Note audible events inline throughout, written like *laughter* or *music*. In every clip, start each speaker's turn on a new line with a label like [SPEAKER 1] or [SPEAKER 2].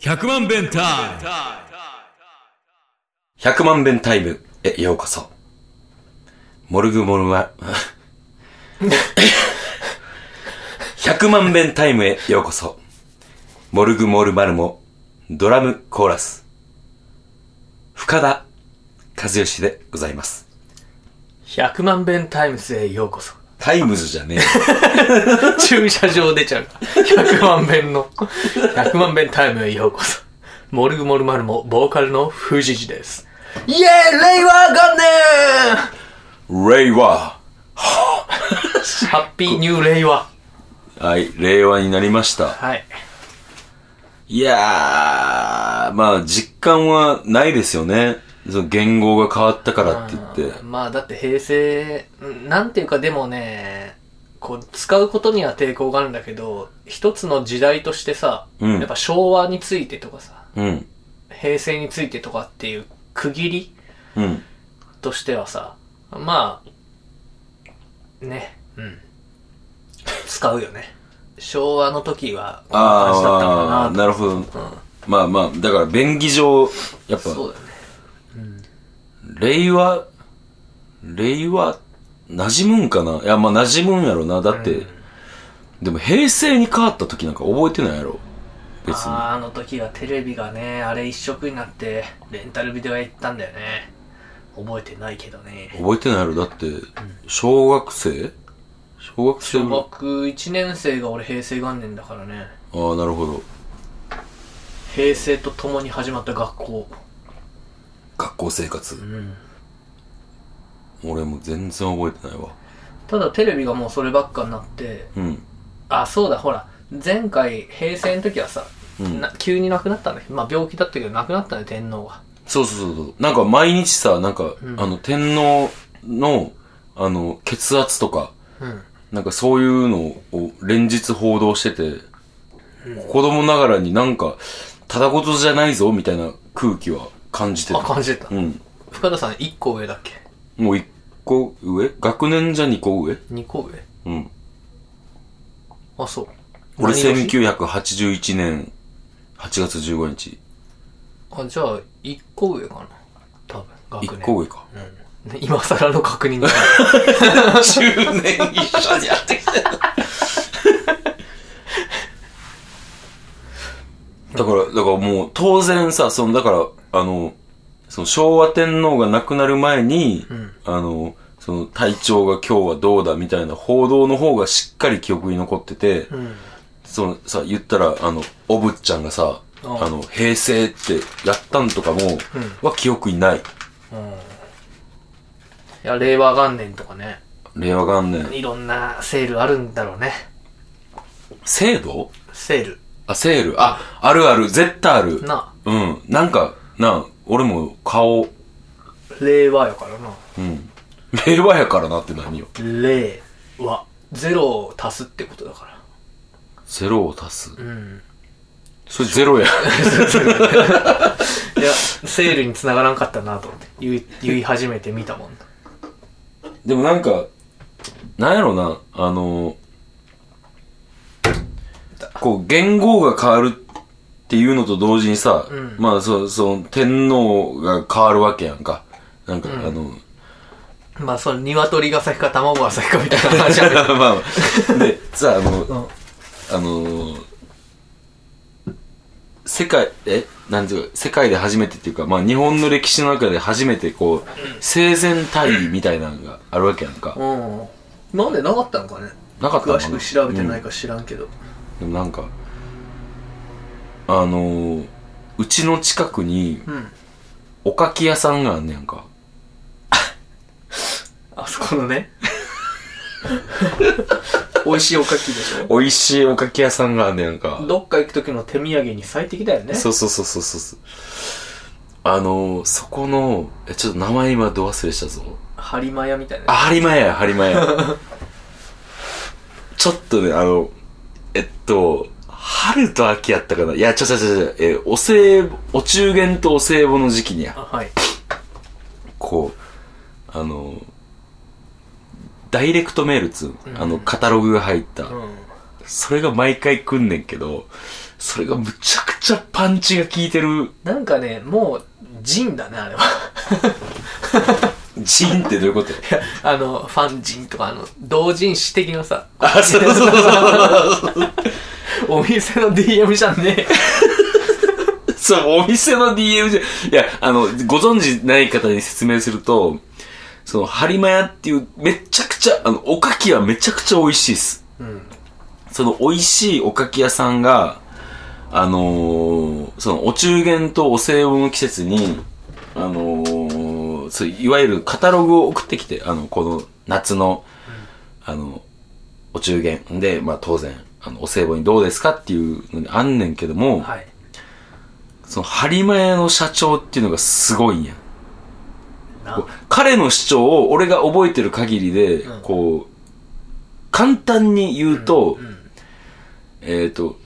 [SPEAKER 1] 100万弁タイム
[SPEAKER 2] 100万遍タイムへようこそ。モルグモルは、100万遍タイムへようこそ。モルグモルマルモ、ドラムコーラス、深田和義でございます。
[SPEAKER 3] 100万遍タイムズへようこそ。
[SPEAKER 2] タイムズじゃねえよ。
[SPEAKER 3] 駐車場出ちゃう。100万遍の。100万遍タイムへようこそ。モルグモルマルモ、ボーカルの藤ジです。イェーイ令和元
[SPEAKER 2] 令和。
[SPEAKER 3] 年ハッピーニュー令和。
[SPEAKER 2] はい、令和になりました。
[SPEAKER 3] はい。
[SPEAKER 2] いやー、まあ実感はないですよね。その言語が変わったからって言って。
[SPEAKER 3] まあだって平成、んなんていうかでもね、こう使うことには抵抗があるんだけど、一つの時代としてさ、
[SPEAKER 2] うん
[SPEAKER 3] やっぱ昭和についてとかさ、
[SPEAKER 2] うん、
[SPEAKER 3] 平成についてとかっていう区切り
[SPEAKER 2] うん。
[SPEAKER 3] としてはさ、まあ、ね、うん。使うよね。昭和の時は、こんな感じだったん
[SPEAKER 2] あ
[SPEAKER 3] だ
[SPEAKER 2] あー、
[SPEAKER 3] な
[SPEAKER 2] なるほど。まあまあ、だから便宜上、やっぱ
[SPEAKER 3] と。、そうだよね。
[SPEAKER 2] 令和、令和、馴染むんかないや、まあ馴染むんやろな。だって、でも平成に変わった時なんか覚えてないやろ。別に。
[SPEAKER 3] あーあの時はテレビがね、あれ一色になって、レンタルビデオ屋行ったんだよね。覚えてないけどね。
[SPEAKER 2] 覚えてないやろ。だって、小学生小学生
[SPEAKER 3] 小
[SPEAKER 2] ぐらい
[SPEAKER 3] 学1年生が俺平成元年だからね。
[SPEAKER 2] ああ、なるほど。
[SPEAKER 3] 平成と共に始まった学校。
[SPEAKER 2] 学校生活。俺も全然覚えてないわ。
[SPEAKER 3] ただテレビがもうそればっかになって、
[SPEAKER 2] うん。
[SPEAKER 3] あ、そうだ、ほら、前回、平成の時はさ、な急に亡くなったんだけど、まあ病気だったけど亡くなったね、天皇が。
[SPEAKER 2] そうそうそうそう。なんか毎日さ、なんか、あの、天皇の、あの、血圧とか、
[SPEAKER 3] うん。
[SPEAKER 2] なんかそういうのを連日報道してて、子供ながらになんか、ただごとじゃないぞ、みたいな空気は感じて
[SPEAKER 3] あ、
[SPEAKER 2] た。
[SPEAKER 3] 感じてた。
[SPEAKER 2] うん。
[SPEAKER 3] 深田さん1個上だっけ
[SPEAKER 2] もう一個上学年じゃ二個上
[SPEAKER 3] ?2 個
[SPEAKER 2] う
[SPEAKER 3] 上
[SPEAKER 2] ん。
[SPEAKER 3] あ、そう。
[SPEAKER 2] 俺
[SPEAKER 3] 何年
[SPEAKER 2] 1981年8月15日。
[SPEAKER 3] あ、じゃあ、1個上かな。多分、学
[SPEAKER 2] 一
[SPEAKER 3] 年。
[SPEAKER 2] 個上か。
[SPEAKER 3] ね今更の確認だ。
[SPEAKER 2] 10年一緒にやってきただ *laughs* から、だからもう当然さ、その、だから、あの、その昭和天皇が亡くなる前に、あの、その体調が今日はどうだみたいな報道の方がしっかり記憶に残ってて、
[SPEAKER 3] うん。
[SPEAKER 2] そのさ、言ったら、あの、おぶっちゃんがさ、
[SPEAKER 3] あ
[SPEAKER 2] あの、平成ってやったんとかも、は記憶にない。
[SPEAKER 3] いや、令和元年とかね。
[SPEAKER 2] 令和元年。
[SPEAKER 3] いろんなセールあるんだろうね。
[SPEAKER 2] 制度
[SPEAKER 3] セール。
[SPEAKER 2] あ、セール。あ、あるある。絶対ある。
[SPEAKER 3] な
[SPEAKER 2] うん。なんか、な、俺も顔、
[SPEAKER 3] 令和やからな。
[SPEAKER 2] うん。令和やからなって何よ。
[SPEAKER 3] 令和。ゼロを足すってことだから。
[SPEAKER 2] ゼロを足す。
[SPEAKER 3] うん。
[SPEAKER 2] それゼロや。 *laughs*
[SPEAKER 3] いや、セールに繋がらんかったなと思って言い言い始めて見たもんな。
[SPEAKER 2] でもなんか、なんやろな、あの、こう、元号が変わるっていうのと同時にさ、
[SPEAKER 3] ん
[SPEAKER 2] まあ、そう、その、天皇が変わるわけやんか。なんか、あの、
[SPEAKER 3] まあ、その鶏が先か卵が先かみたいな話ある
[SPEAKER 2] ま
[SPEAKER 3] け
[SPEAKER 2] あまあ、で、さあ、あの、
[SPEAKER 3] ど。
[SPEAKER 2] あのー、世界、え、なんていうか、世界で初めてっていうか、まあ日本の歴史の中で初めてこう、生前退位みたいなのがあるわけやんか。
[SPEAKER 3] *laughs* うん。うん。なんでなかったのかね
[SPEAKER 2] なかったの
[SPEAKER 3] 詳
[SPEAKER 2] か
[SPEAKER 3] し
[SPEAKER 2] な
[SPEAKER 3] く調べてないか知らんけど。
[SPEAKER 2] でもなんか、あのー、うちの近くに、
[SPEAKER 3] うん。
[SPEAKER 2] おかき屋さんがあんねやんか。
[SPEAKER 3] あそこの *laughs* ね。美味しいおかきでしょ
[SPEAKER 2] 美味しいおかき屋さんがあんねやんか。
[SPEAKER 3] どっか行く時の手土産に最適だよね。
[SPEAKER 2] そうそうそうそうそうそう。あのー、そこの、え、ちょっと名前今ど忘れしたぞ。
[SPEAKER 3] ハリマヤみたいなね。
[SPEAKER 2] あ、ハリマヤや、ハリマヤ。ちょっとね、あの、えっと、春と秋やったかな。いや、ちょちょちょちょ、えーお歳暮、お中元とお歳暮の時期に
[SPEAKER 3] あ
[SPEAKER 2] や、
[SPEAKER 3] はい。
[SPEAKER 2] こう、あの、ダイレクトメールっつうのあの、カタログが入った。
[SPEAKER 3] うん。
[SPEAKER 2] それが毎回来んねんけど、それがむちゃくちゃパンチが効いてる。
[SPEAKER 3] なんかね、もう、ジンだね、あれは。 *laughs*
[SPEAKER 2] ジンってどういうこと
[SPEAKER 3] あの、ファンジンとか、あの、同人誌的なさ、
[SPEAKER 2] *laughs* あ、そうそうそうそうそう。
[SPEAKER 3] お店の DM じゃんね
[SPEAKER 2] *laughs* そう、お店の DM じゃ、いや、あの、ご存知ない方に説明すると、その、ハリマヤっていう、めちゃくちゃ、あの、おかきはめちゃくちゃ美味しいです。
[SPEAKER 3] ん
[SPEAKER 2] その、美味しいおかき屋さんが、あのーその、お中元とお歳暮の季節に、あのーそういわゆるカタログを送ってきて、あの、この夏の、あの、お中元で、まあ当然、あの、お歳暮にどうですかっていうのにあんねんけども、
[SPEAKER 3] はい。
[SPEAKER 2] その、ハリマヤの社長っていうのがすごいんや。
[SPEAKER 3] な
[SPEAKER 2] こう彼の主張を俺が覚えてる限りで、
[SPEAKER 3] うん
[SPEAKER 2] こう、簡単に言うと、
[SPEAKER 3] ん
[SPEAKER 2] えっ、と、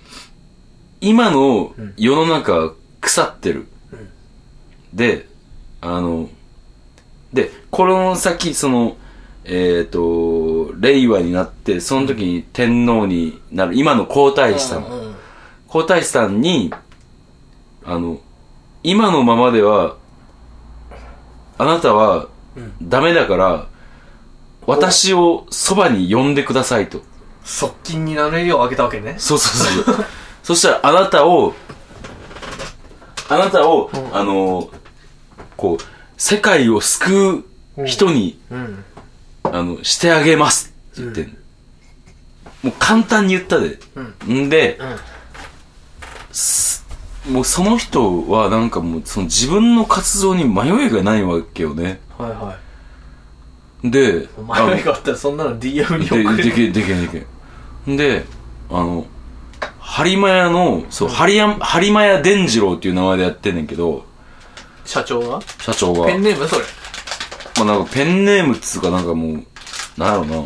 [SPEAKER 2] 今の
[SPEAKER 3] うん
[SPEAKER 2] 世の中腐ってる。
[SPEAKER 3] うん
[SPEAKER 2] で、あの、で、この先、その、えっ、と、令和になって、その時に天皇になる、今の皇太子さん。
[SPEAKER 3] うんうん
[SPEAKER 2] 皇太子さんに、あの、今のままでは、あなたは
[SPEAKER 3] うん、
[SPEAKER 2] ダメだから、私をそばに呼んでくださいと。
[SPEAKER 3] 側近になれるよう開けたわけね。
[SPEAKER 2] そうそうそう。
[SPEAKER 3] *laughs*
[SPEAKER 2] そしたら、あなたを、あなたを、
[SPEAKER 3] ん
[SPEAKER 2] あの、こう、世界を救う人に、
[SPEAKER 3] うん。
[SPEAKER 2] あの、してあげますって言ってんの、もう簡単に言ったで。んで、
[SPEAKER 3] うん。
[SPEAKER 2] もうその人はなんかもうその自分の活動に迷いがないわけよね。
[SPEAKER 3] はいはい。
[SPEAKER 2] で、
[SPEAKER 3] お前があったらそんなの DM に
[SPEAKER 2] あの
[SPEAKER 3] 送
[SPEAKER 2] で
[SPEAKER 3] れ
[SPEAKER 2] でけんでけんでけん。で、あの、ハリマヤの、そう、ハリヤ、ハリマヤ伝次郎っていう名前でやってんねんけど、
[SPEAKER 3] 社長が
[SPEAKER 2] 社長が。
[SPEAKER 3] ペンネームそれ。
[SPEAKER 2] まあなんかペンネームっつうかなんかもう、なんやろ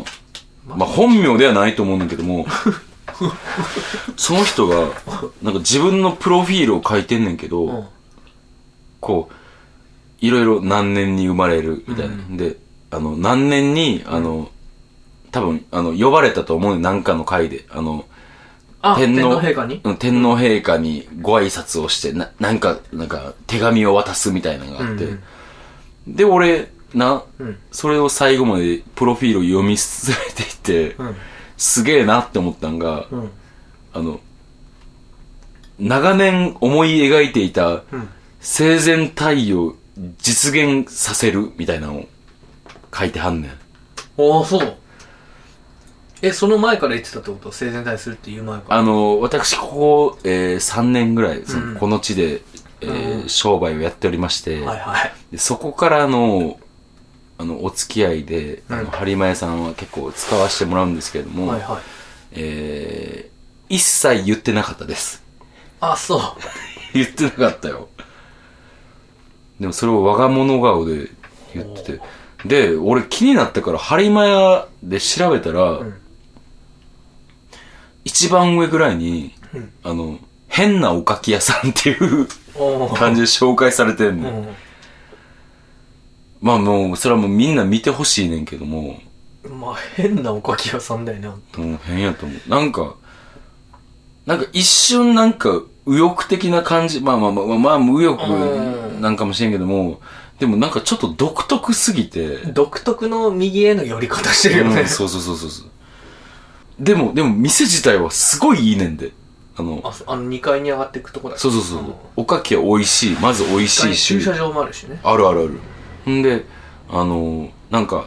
[SPEAKER 2] な。まあ本名ではないと思うんだけど
[SPEAKER 3] *laughs*
[SPEAKER 2] も、その人が、なんか自分のプロフィールを書いてんねんけど、
[SPEAKER 3] ん
[SPEAKER 2] こう、いろいろ何年に生まれるみたいな。で、あの、何年に、あの、多分、あの、呼ばれたと思うねんなんかの会で。あの、
[SPEAKER 3] あ、天皇陛下に
[SPEAKER 2] うん天皇陛下にご挨拶をして、な、なんか、なんか、手紙を渡すみたいなのがあって。
[SPEAKER 3] うん
[SPEAKER 2] で、俺、な、
[SPEAKER 3] うん
[SPEAKER 2] それを最後まで、プロフィールを読み進めていって、
[SPEAKER 3] うん。
[SPEAKER 2] すげえなって思ったんが、
[SPEAKER 3] うん。
[SPEAKER 2] あの、長年思い描いていた、
[SPEAKER 3] うん。
[SPEAKER 2] 生前退位を実現させるみたいなのを書いてはんねん。
[SPEAKER 3] ああ、そう。え、その前から言ってたってこと生前退するっていう前から。
[SPEAKER 2] あの、私ここ、えー3年ぐらい、その
[SPEAKER 3] うん
[SPEAKER 2] この地で、えー
[SPEAKER 3] うん
[SPEAKER 2] 商売をやっておりまして、
[SPEAKER 3] はいはい。
[SPEAKER 2] でそこからの、あの、お付き合いで、あ
[SPEAKER 3] うん
[SPEAKER 2] の、播磨屋さんは結構使わせてもらうんですけれども、
[SPEAKER 3] はいはい。
[SPEAKER 2] えー一切言ってなかったです。 *laughs*
[SPEAKER 3] あ、そう。
[SPEAKER 2] 言ってなかったよ。でもそれを我が物顔で言ってて。で、俺気になったから、ハリマヤで調べたら、
[SPEAKER 3] ん
[SPEAKER 2] 一番上ぐらいに、
[SPEAKER 3] うん
[SPEAKER 2] あの、変なおかき屋さんっていう
[SPEAKER 3] *laughs* おー
[SPEAKER 2] 感じで紹介されてん
[SPEAKER 3] う
[SPEAKER 2] の、
[SPEAKER 3] ん。
[SPEAKER 2] まあもう、それはもうみんな見てほしいねんけども、
[SPEAKER 3] まあ、変なおかき屋さんだよね。
[SPEAKER 2] うん変やと思う。なんか、なんか一瞬なんか右翼的な感じ、まあまあまあまあ、まあ、右
[SPEAKER 3] う
[SPEAKER 2] 翼
[SPEAKER 3] ん
[SPEAKER 2] なんかもしれんけども、でもなんかちょっと独特すぎて、
[SPEAKER 3] 独特の右への寄り方してるよ
[SPEAKER 2] う
[SPEAKER 3] ね
[SPEAKER 2] ん。そうそうそうそうそう。でも、でも店自体はすごいいいねんで。あの、
[SPEAKER 3] あ、そうあの、2階に上がっていくとこだよ
[SPEAKER 2] そうそうそう。
[SPEAKER 3] ん
[SPEAKER 2] おかきは美味しい。まず美味しいし。
[SPEAKER 3] 駐車場もあるしね。
[SPEAKER 2] あるあるある。んで、あのーなんか、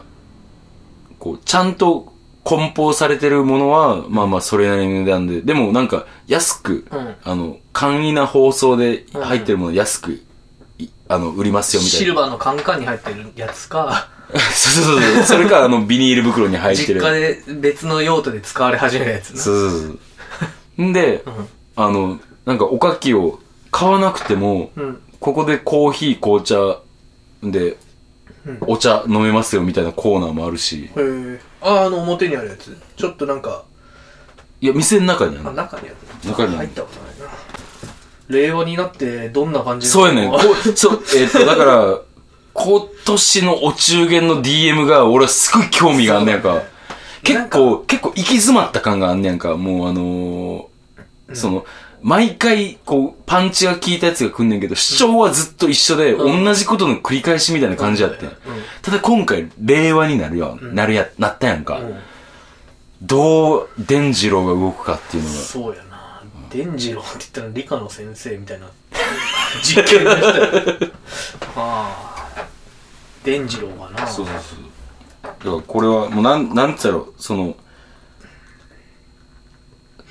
[SPEAKER 2] こう、ちゃんと梱包されてるものは、まあまあ、それなりの値段で、でもなんか、安く、
[SPEAKER 3] うん
[SPEAKER 2] あの、簡易な包装で入ってるもの安く、いあの、売りますよ、みた
[SPEAKER 3] シ
[SPEAKER 2] い
[SPEAKER 3] ル
[SPEAKER 2] な。
[SPEAKER 3] バーのカンカンに入ってるやつか、
[SPEAKER 2] そうそうそう。それか、あ
[SPEAKER 3] *laughs*
[SPEAKER 2] の、ビニール袋に入って
[SPEAKER 3] 実
[SPEAKER 2] る。
[SPEAKER 3] 家で別の用途で使われ始めるやつな。
[SPEAKER 2] そうそうそう。んで、
[SPEAKER 3] ん
[SPEAKER 2] あの、なんか、おかきを買わなくても、
[SPEAKER 3] うん。
[SPEAKER 2] ここでコーヒー、紅茶で
[SPEAKER 3] うん、
[SPEAKER 2] お茶飲めますよ、みたいなコーナーもあるし、
[SPEAKER 3] へえ。あ、あの表にあるやつ。ちょっとなんか、
[SPEAKER 2] いや、店の中にある
[SPEAKER 3] あ、中にある。
[SPEAKER 2] 中にある
[SPEAKER 3] 入ったことないな。令和になってどんな感じ
[SPEAKER 2] そうやねん。こ
[SPEAKER 3] あ
[SPEAKER 2] うそう、えっと、だから、今年のお中元の DM が、俺はすごい興味があんねやん
[SPEAKER 3] そう
[SPEAKER 2] か
[SPEAKER 3] だね。
[SPEAKER 2] 結構、結構行き詰まった感があんねやんか。もうあのーその、毎回、こう、パンチが効いたやつが来んねんけど、主張はずっと一緒で、同じことの繰り返しみたいな感じやってん。ただ今回、令和になるよ、なるや、なったやんか。どう、伝次郎が動くかっていうのが。
[SPEAKER 3] そうやな伝次郎って言ったら理科の先生みた
[SPEAKER 2] *laughs*
[SPEAKER 3] いな実験の人やああ伝次郎がな
[SPEAKER 2] そうそうそう。だからこれは、もうなん、なんつうやろ、その、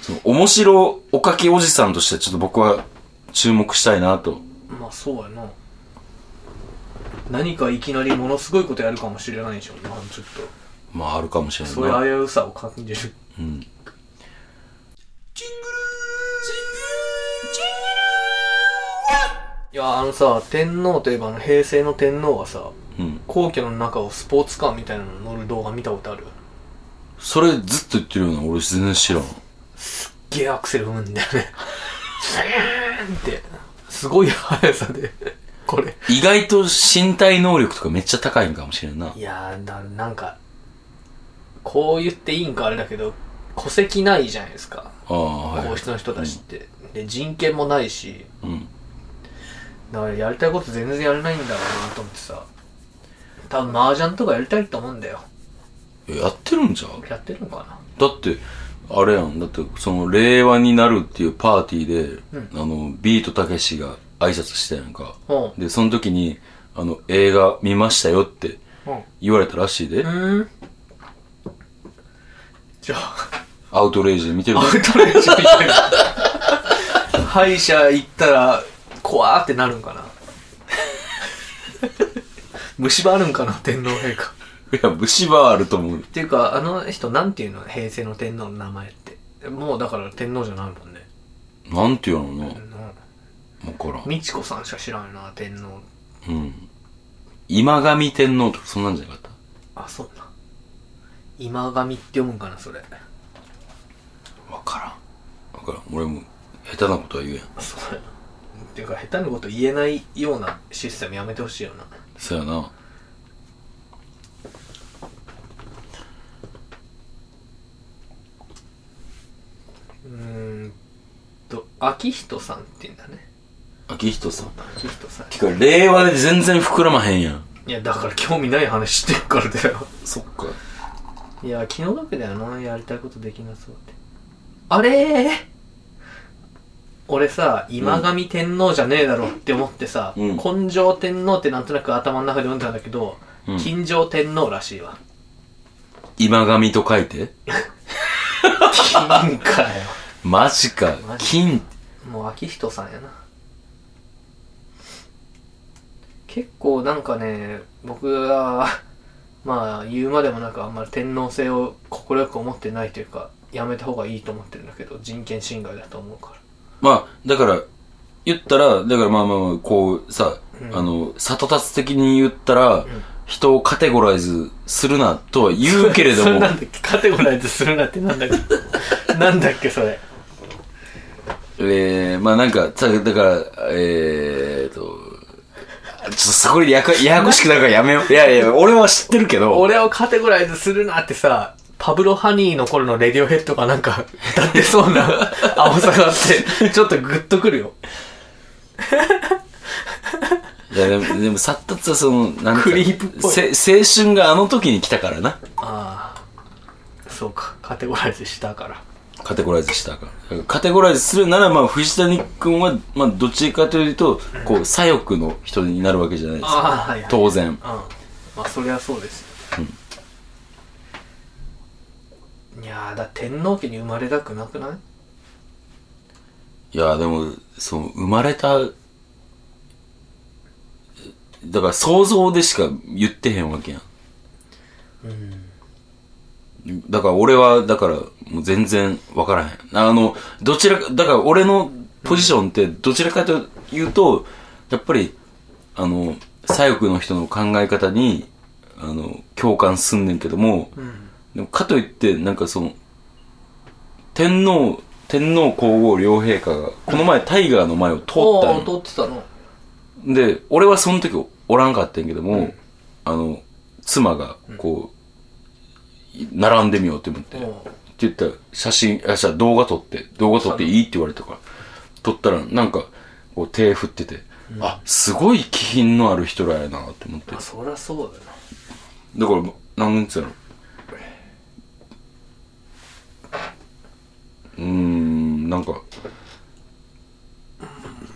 [SPEAKER 2] その、面白おかきおじさんとしてちょっと僕は注目したいなと。
[SPEAKER 3] まあそうやな何かいきなりものすごいことやるかもしれないでしょうなちょっと
[SPEAKER 2] まああるかもしれないな。
[SPEAKER 3] そういう危うさを感じる
[SPEAKER 2] うん。
[SPEAKER 3] いやあのさ天皇といえばあの平成の天皇がさ
[SPEAKER 2] うん。
[SPEAKER 3] 皇居の中をスポーツカーみたいなの乗る動画見たことある
[SPEAKER 2] それずっと言ってるような、俺全然知らん。
[SPEAKER 3] ゲーアクセル踏むんだよねスーンってすごい速さでこれ
[SPEAKER 2] 意外と身体能力とかめっちゃ高いんかもしれんな。
[SPEAKER 3] いやーななんかこう言っていいんかあれだけど戸籍ないじゃないですか
[SPEAKER 2] ああ、はい
[SPEAKER 3] 皇。室の人たちって、で人権もないし
[SPEAKER 2] うん。
[SPEAKER 3] だからやりたいこと全然やれないんだろうなと思ってさ多分麻雀とかやりたいと思うんだよ
[SPEAKER 2] えやってるんちゃう
[SPEAKER 3] やってるのか
[SPEAKER 2] だって、あれやん。だって、その、令和になるっていうパーティーで、あの、ビートたけしが挨拶してたやんか。
[SPEAKER 3] なうん
[SPEAKER 2] で、その時に、あの、映画見ましたよって
[SPEAKER 3] うん
[SPEAKER 2] 言われたらしいで。
[SPEAKER 3] うんじゃあ、
[SPEAKER 2] アウトレイジ見てるの
[SPEAKER 3] アウトレイジみたいな。歯医者行ったら、怖ーってなるんか *laughs* な。虫歯あるんかな、天皇陛下。っ
[SPEAKER 2] *laughs* いや、虫歯あると思う。
[SPEAKER 3] ていうか、あの人、なんていうの平成の天皇の名前って。もうだから天皇じゃないもんね。
[SPEAKER 2] なんていうのか
[SPEAKER 3] うん
[SPEAKER 2] なわからん。
[SPEAKER 3] 美智子さんしか知らんよな、天皇。
[SPEAKER 2] うん。今上天皇とかそんなんじゃなかった
[SPEAKER 3] あ、そうな。今神って読むんかな、それ。
[SPEAKER 2] わからん。わからん。俺も、下手なことは言えん。
[SPEAKER 3] そうやな。っていうか、下手なこと言えないようなシステムやめてほしいよな。
[SPEAKER 2] そやな。
[SPEAKER 3] うーんと、秋人さんって言うんだね。
[SPEAKER 2] 秋人さん。
[SPEAKER 3] 秋人さん。
[SPEAKER 2] てか、令和で全然膨らまへんやん。
[SPEAKER 3] いや、だから興味ない話してるからだよ。
[SPEAKER 2] そっか。
[SPEAKER 3] いや、気の毒だよな。やりたいことできなそうって。あれー俺さ、今上天皇じゃねえだろって思ってさ、
[SPEAKER 2] うん
[SPEAKER 3] 根性天皇ってなんとなく頭の中で読んだんだけど、
[SPEAKER 2] うん
[SPEAKER 3] 金城天皇らしいわ。
[SPEAKER 2] 今上と書いて
[SPEAKER 3] 金かよ。
[SPEAKER 2] マジか
[SPEAKER 3] マ。ジ
[SPEAKER 2] 金、
[SPEAKER 3] もう秋人さんやな結構なんかね僕はまあ言うまでもなくあんまり天皇制を快く思ってないというかやめた方がいいと思ってるんだけど人権侵害だと思うか
[SPEAKER 2] まあ、だから、言ったら、だからまあまあまあ、こう、さ、
[SPEAKER 3] うん
[SPEAKER 2] あの、里達的に言ったら、人をカテゴライズするなとは
[SPEAKER 3] ら
[SPEAKER 2] 言うけれど
[SPEAKER 3] *laughs* それ
[SPEAKER 2] も、
[SPEAKER 3] なんだっけカテゴライズするなってなんだっけ *laughs* なんだっけそれ
[SPEAKER 2] えー、まあなんか、さ、だから、えーと、ちょっとそこでやかややこしくなんかや
[SPEAKER 3] *laughs*
[SPEAKER 2] めよう。いやいや、俺は知ってるけど、
[SPEAKER 3] 俺をカテゴライズするなってさパブロ・ハニーの頃のレディオヘッドがな
[SPEAKER 2] *laughs*
[SPEAKER 3] んか歌ってそうな青さがあってちょっとグッとくるよ
[SPEAKER 2] いやでも、でも、さったつはその、なんか
[SPEAKER 3] クリープっぽい
[SPEAKER 2] せ青春があの時に来たからな。
[SPEAKER 3] ああそうかカテゴライズしたから
[SPEAKER 2] カテゴライズしたから。だからカテゴライズするなら、まあ、藤谷君は、まあ、どちらかというと、こう、左翼の人になるわけじゃないですか。
[SPEAKER 3] あはい、うん
[SPEAKER 2] 当然。
[SPEAKER 3] まあそりゃそうですよ、いやーだ天皇家に生まれたくなくない
[SPEAKER 2] いや、でも、その、生まれた、だから想像でしか言ってへんわけやん。だから俺は、だから、もう全然わからへん。あの、どちらか、だから俺のポジションって、どちらかというと、やっぱり、あの、左翼の人の考え方に、あの、共感すんねんけども、
[SPEAKER 3] ん
[SPEAKER 2] でもかといって、なんかその、天皇、天皇皇后両陛下が、この前タイガーの前を通ったんよ
[SPEAKER 3] 通ってたの
[SPEAKER 2] で、俺はその時おらんかったんやけども、あの、妻が、こう、い並んでみようって思って、
[SPEAKER 3] うん
[SPEAKER 2] って言ったら、写真、あ、じゃあ動画撮って、動画撮っていいって言われたから、撮ったら、なんか、こう手振ってて、あ、すごい気品のある人らやなって思って
[SPEAKER 3] まあ。そりゃそうだよな
[SPEAKER 2] だから、なんつうやろ。うーん、なんか、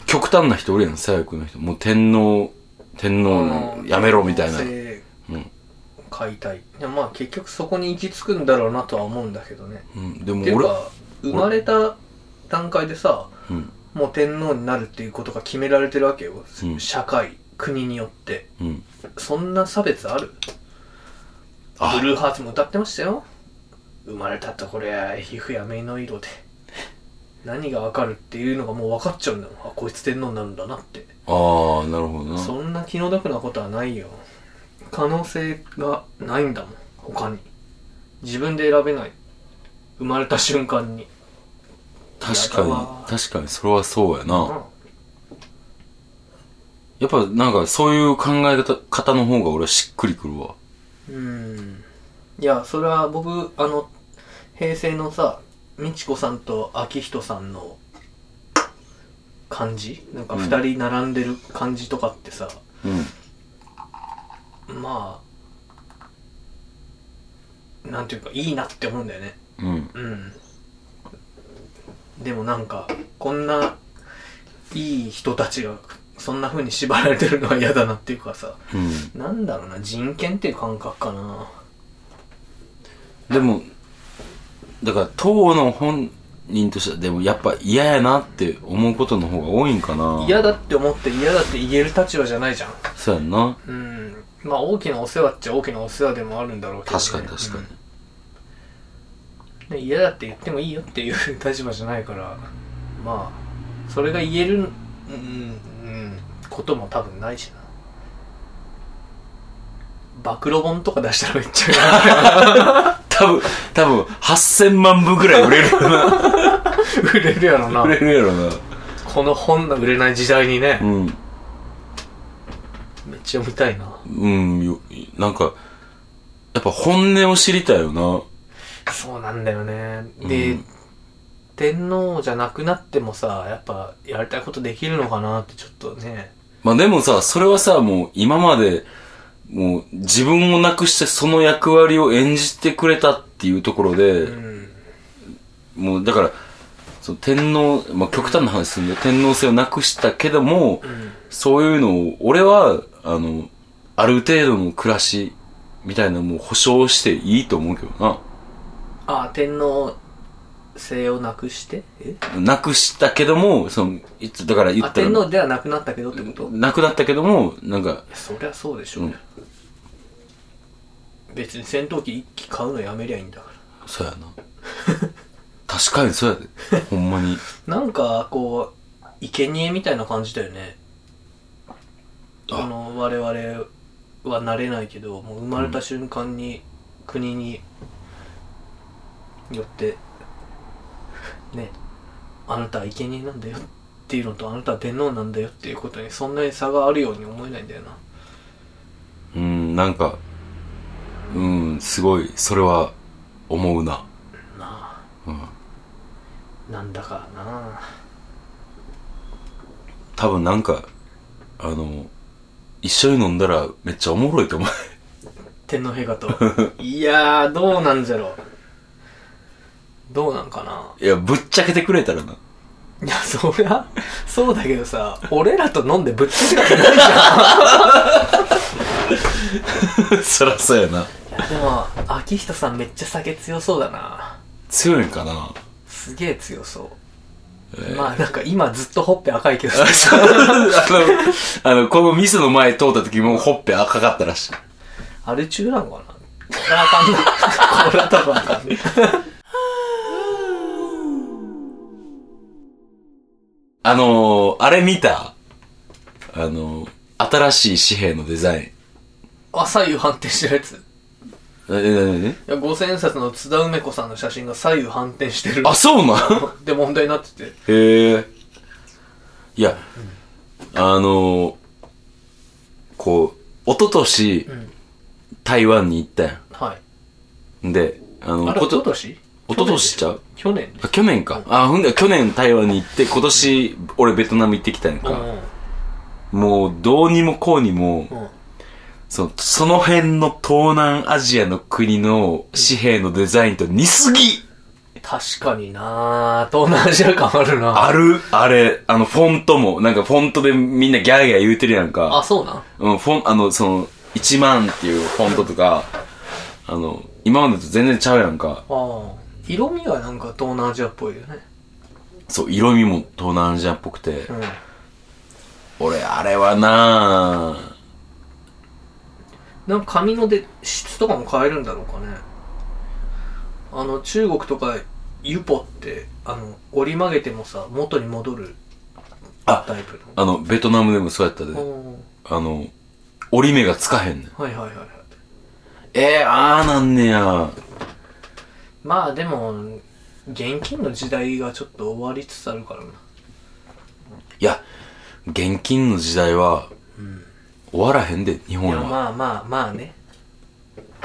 [SPEAKER 2] 極端な人おるやん、左翼の人。もう天皇、天皇のやめろみたいな。
[SPEAKER 3] 性
[SPEAKER 2] うん
[SPEAKER 3] 解体いやまあ結局そこに行き着くんだろうなとは思うんだけどね
[SPEAKER 2] うん、で
[SPEAKER 3] ってい
[SPEAKER 2] も
[SPEAKER 3] う
[SPEAKER 2] 俺、
[SPEAKER 3] か生まれた段階でさ
[SPEAKER 2] うん、
[SPEAKER 3] もう天皇になるっていうことが決められてるわけよ、
[SPEAKER 2] うん
[SPEAKER 3] 社会国によって
[SPEAKER 2] うん。
[SPEAKER 3] そんな差別ある
[SPEAKER 2] あ
[SPEAKER 3] ブルーハーツも歌ってましたよ生まれたとこれや皮膚や目の色で何がわかるっていうのがもう分かっちゃうんだもんあこいつ天皇になるんだなって
[SPEAKER 2] あー、なるほどな。
[SPEAKER 3] そんな気の毒なことはないよ可能性がないんだもん他に自分で選べない生まれた瞬間に
[SPEAKER 2] 確
[SPEAKER 3] やだわ
[SPEAKER 2] かに、確かに、それはそうやな。
[SPEAKER 3] あ
[SPEAKER 2] やっぱ、なんか、そういう考え方、方の方が俺はしっくりくるわ。
[SPEAKER 3] うんいやそれは僕あの平成のさ美智子さんと昭仁さんの感じなんか
[SPEAKER 2] うん
[SPEAKER 3] 2人並んでる感じとかってさ、
[SPEAKER 2] うん。
[SPEAKER 3] まあなんていうかいいなって思うんだよね
[SPEAKER 2] うん。
[SPEAKER 3] うんでもなんかこんないい人たちがそんな風に縛られてるのは嫌だなっていうかさ
[SPEAKER 2] うん。
[SPEAKER 3] なんだろうな人権っていう感覚かな
[SPEAKER 2] でも、だから、党の本人としては、でもやっぱ嫌やなって思うことの方が多いんかな。
[SPEAKER 3] 嫌だって思って嫌だって言える立場じゃないじゃん
[SPEAKER 2] そうやんな。
[SPEAKER 3] うんまあ大きなお世話っちゃ大きなお世話でもあるんだろうけどね、
[SPEAKER 2] 確かに確かに。
[SPEAKER 3] うんで嫌だって言ってもいいよっていう立場じゃないからまあそれが言える、うんうん、ことも多分ないしな暴露本とか出したらめっちゃ
[SPEAKER 2] 多分、多分、8000万部ぐらい売れるよな。
[SPEAKER 3] 売れるやろな
[SPEAKER 2] *laughs* 売れるやろな。
[SPEAKER 3] この本の売れない時代にね
[SPEAKER 2] う、ん。
[SPEAKER 3] めっちゃ見たいな
[SPEAKER 2] うん、よなんか、やっぱ本音を知りたいよな。
[SPEAKER 3] そうなんだよねで、
[SPEAKER 2] うん
[SPEAKER 3] 天皇じゃなくなってもさやっぱやりたいことできるのかなってちょっとね
[SPEAKER 2] まあでもさ、それはさ、もう今まで、もう自分をなくしてその役割を演じてくれたっていうところで、
[SPEAKER 3] うん
[SPEAKER 2] もうだから、その天皇、まあ、極端な話するんで、天皇制をなくしたけども、
[SPEAKER 3] うん
[SPEAKER 2] そういうのを、俺は、あの、ある程度の暮らし、みたいなのも保障していいと思うけど
[SPEAKER 3] あ天皇制をなくしてえ
[SPEAKER 2] な。なくしたけども、その、いつ、だから言
[SPEAKER 3] あ
[SPEAKER 2] ったら
[SPEAKER 3] 天、皇ではなくなったけどってこと、い
[SPEAKER 2] なくなったけども、なんか、
[SPEAKER 3] やそりゃそうでしょ、
[SPEAKER 2] うん
[SPEAKER 3] 別に戦闘機1機買うのやめりゃいいんだか
[SPEAKER 2] そうやな。確かにそうやで。ほんまに。
[SPEAKER 3] らなんかこう生贄みたいな感じだよね
[SPEAKER 2] あ
[SPEAKER 3] あの我々はなれないけどもう生まれた瞬間に国によって、ねあなたは生贄なんだよっていうのとあなたは天皇なんだよっていうことにそんなに差があるように思えないんだよな
[SPEAKER 2] うん、なんか、うん、すごい、それは、思うな。
[SPEAKER 3] な
[SPEAKER 2] うん。
[SPEAKER 3] あなんだかなあ
[SPEAKER 2] 多分なんか、あの、一緒に飲んだらめっちゃおもろいと思う。
[SPEAKER 3] 天皇陛下といやーどうなんじゃろうどうなんかない
[SPEAKER 2] や、ぶっちゃけてくれたらな。
[SPEAKER 3] いやそりゃそうだけどさ俺らと飲んでぶっつけたくないじゃん
[SPEAKER 2] そらそうやな。
[SPEAKER 3] いやでも秋人さんめっちゃ酒強そうだな
[SPEAKER 2] 強いんかな
[SPEAKER 3] すげえ強そう、まあなんか今ずっとほっぺ赤いけどさ *laughs*
[SPEAKER 2] あの、あの、このミスの前通った時もほっぺ赤かったらしい。
[SPEAKER 3] あれ中なのかなこれはあかんないこれは多分あかんない
[SPEAKER 2] あのー、あれ見たあのー、新しい紙幣のデザイン。
[SPEAKER 3] あ左右反転してるやつい
[SPEAKER 2] え、え、え
[SPEAKER 3] や五千冊の津田梅子さんの写真が左右反転してる
[SPEAKER 2] あ、そうなん
[SPEAKER 3] で問題になってて
[SPEAKER 2] へえ。いや、あのー、こう、一昨年、
[SPEAKER 3] ん
[SPEAKER 2] 台湾に行ったやん。
[SPEAKER 3] はい
[SPEAKER 2] で、あの、
[SPEAKER 3] あれ
[SPEAKER 2] こ
[SPEAKER 3] おと
[SPEAKER 2] と、
[SPEAKER 3] とし
[SPEAKER 2] おととしちゃう
[SPEAKER 3] 去年
[SPEAKER 2] あ去年か。あ、ほんで、去年台湾に行って、今年、俺ベトナム行ってきたんやん
[SPEAKER 3] うん
[SPEAKER 2] か。もう、どうにもこうにも、
[SPEAKER 3] うん
[SPEAKER 2] そのその辺の東南アジアの国の紙幣のデザインと似すぎ
[SPEAKER 3] 確かにな東南アジア感あるな
[SPEAKER 2] あるあれ、あの、フォントも、なんかフォントでみんなギャーギャー言うてるやん
[SPEAKER 3] あ
[SPEAKER 2] か。
[SPEAKER 3] そうなん
[SPEAKER 2] うん、フォン、あの、その、1万っていうフォントとか、あの、今までと全然ちゃうやんか。
[SPEAKER 3] ああ色味がなんか東南アジアっぽいよね
[SPEAKER 2] そう、色味も東南アジアっぽくて
[SPEAKER 3] う。ん
[SPEAKER 2] 俺、あれはなぁ、
[SPEAKER 3] なんか紙ので質とかも変えるんだろうかねあの中国とかユポってあの折り曲げてもさ元に戻る
[SPEAKER 2] あ
[SPEAKER 3] タイプ
[SPEAKER 2] あの、ベトナムでもそうやったで
[SPEAKER 3] の。お
[SPEAKER 2] あの、折り目がつかへんねん。
[SPEAKER 3] ーはいはいはいはい
[SPEAKER 2] えー、あーなんねや。
[SPEAKER 3] まあでも現金の時代がちょっと終わりつつあるからない
[SPEAKER 2] や、現金の時代は、終わらへんで、日
[SPEAKER 3] い
[SPEAKER 2] 本
[SPEAKER 3] や
[SPEAKER 2] は。
[SPEAKER 3] まあまあまあね *laughs*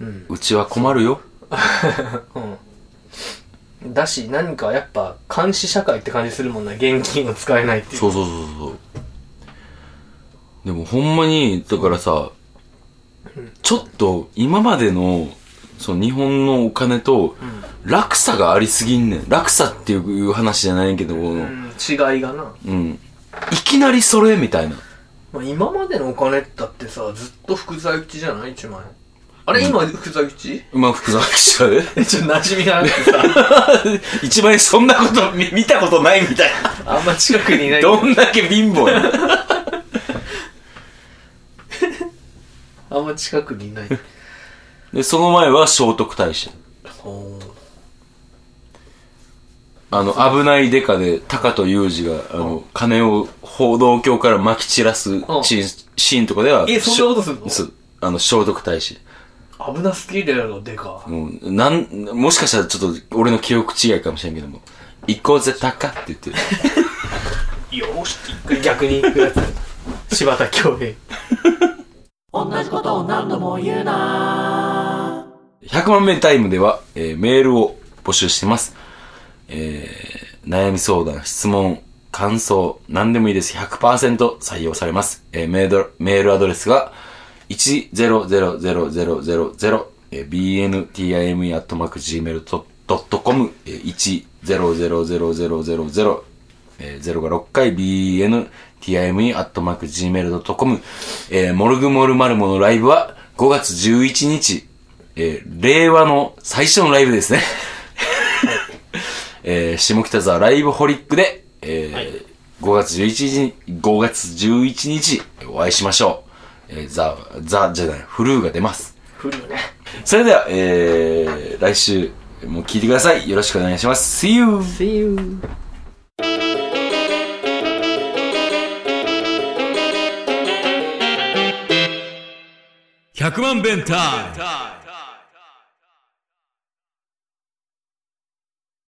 [SPEAKER 3] うん
[SPEAKER 2] うちは困るよ。
[SPEAKER 3] うんだし何かやっぱ監視社会って感じするもんな現金を使えないっていう
[SPEAKER 2] そうそうそうそう。でもほんまに、だからさ、ちょっと今までの、その日本のお金と、落差がありすぎんねん。落差っていう話じゃないけど、こ
[SPEAKER 3] う
[SPEAKER 2] の、
[SPEAKER 3] ん、違いがな
[SPEAKER 2] うん。いきなりそれみたいな。
[SPEAKER 3] まあ、今までのお金だってさずっと福沢諭吉じゃない1万円あれ、今福沢諭吉
[SPEAKER 2] まあ、複雑しちゃうで。
[SPEAKER 3] ちょっと馴染みがなくて *laughs* さ
[SPEAKER 2] *laughs* 一番そんなこと見見たことないみたい
[SPEAKER 3] *laughs* あんま近くにいな
[SPEAKER 2] な。
[SPEAKER 3] い
[SPEAKER 2] どんだけ貧乏やねん。
[SPEAKER 3] あんま近くにいない
[SPEAKER 2] で、その前は聖徳太子。
[SPEAKER 3] ほ
[SPEAKER 2] あの、危ないデカで、高と雄二が、あの、金を報道橋から撒き散らすシーンシーンとかでは、
[SPEAKER 3] えそんなことすんの
[SPEAKER 2] しそうあの、聖徳太子。
[SPEAKER 3] う危なすぎるやろでか
[SPEAKER 2] もう、なん、もしかしたらちょっと、俺の記憶違いかもしれんけども、行こうぜ、高って言ってる。 *laughs*
[SPEAKER 3] よーし逆に行くやつ *laughs* 柴田恭平
[SPEAKER 2] 100万名タイムでは、えーメールを募集してます。えー悩み相談、質問、感想、何でもいいです。100%採用されます。えーメール、メールアドレスが、1000000、えー bntime.gmail.com、えー、1000000、えー、0が6回 bntime.gmail.com、えー、モルグモルマルモのライブは5月11日、えー、令和の最初のライブですね。えー、下北沢ライブホリックで、えー
[SPEAKER 3] はい
[SPEAKER 2] 5月11日に、5月11日、お会いしましょう。えー、ザ、ザじゃない、フルーが出ます。
[SPEAKER 3] 不良ね
[SPEAKER 2] それでは、えー、来週も聞いてください。よろしくお願いします。See you!
[SPEAKER 3] See you
[SPEAKER 1] Hyakuman Bentai.